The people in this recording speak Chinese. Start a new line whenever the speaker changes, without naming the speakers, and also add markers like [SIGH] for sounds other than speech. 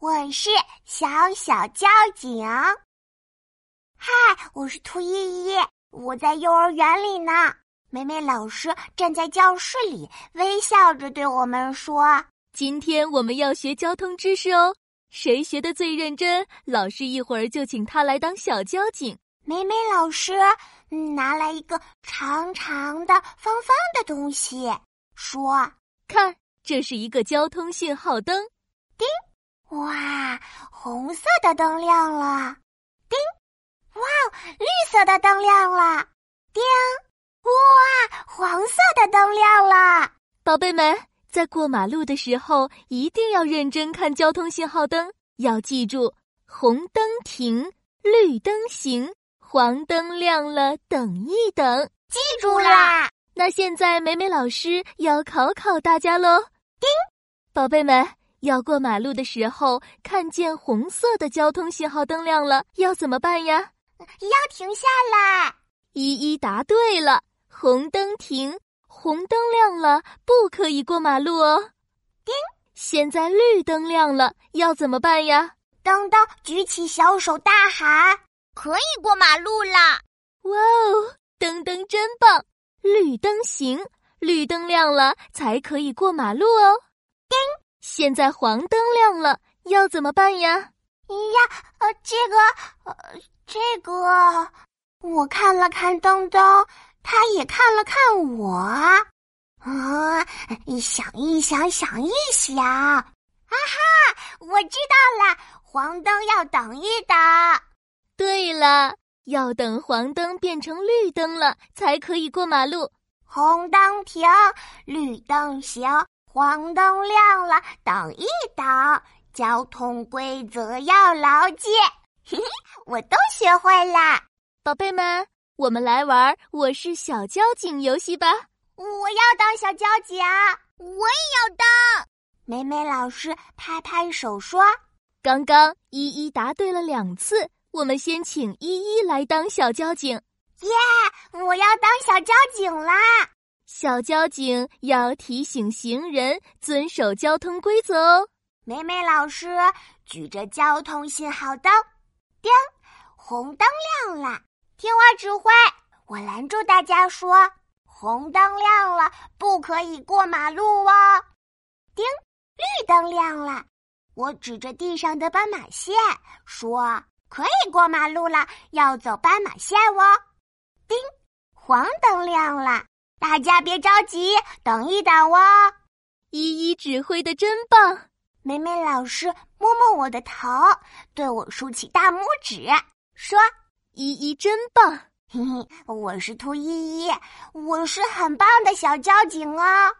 我是小小交警。嗨，我是涂依依，我在幼儿园里呢。美美老师站在教室里，微笑着对我们说
今天我们要学交通知识哦，谁学的最认真，老师一会儿就请他来当小交警。：“
美美老师，嗯拿来一个长长的、方方的东西，说
看，这是一个交通信号灯，：‘
哇，红色的灯亮了，叮！哇，绿色的灯亮了，叮！哇，黄色的灯亮了。’”
宝贝们，在过马路的时候一定要认真看交通信号灯，要记住红灯停，绿灯行，黄灯亮了等一等。
记住啦！
那现在美美老师要考考大家喽，叮！宝贝们，要过马路的时候看见红色的交通信号灯亮了，要怎么办呀？
要停下来。
一一答对了，红灯停，红灯亮了，不可以过马路哦。叮，现在绿灯亮了，要怎么办呀？
当当举起小手大喊：“可以过马路啦
哇哦，灯灯真棒！绿灯行，绿灯亮了才可以过马路哦。叮，现在黄灯亮了，要怎么办呀？！”
呀，呃，这个，呃，这个，我看了看当当，他也看了看我，啊，想一想，想一想，啊哈，我知道了，黄灯要等一等。
对了，要等黄灯变成绿灯了才可以过马路。
红灯停，绿灯行，黄灯亮了，等一等。交通规则要牢记， [LAUGHS] 嘿嘿，我都学会啦！
宝贝们，我们来玩儿“我是小交警”游戏吧。
我要当小交警，我也要当。美美老师拍拍手说
刚刚依依答对了两次，我们先请依依来当小交警。：“
我要当小交警啦
小交警要提醒行人遵守交通规则哦。！”
美美老师举着交通信号灯，叮，红灯亮了，听我指挥。我拦住大家说：“红灯亮了，不可以过马路哦。”叮，绿灯亮了，我指着地上的斑马线说：“可以过马路了，要走斑马线哦。”叮，黄灯亮了，大家别着急，等一等哦。
依依指挥的真棒，
美美老师摸摸我的头，对我竖起大拇指，说 [LAUGHS]
依依真棒。：“
嘿嘿，我是兔依依，我是很棒的小交警哦。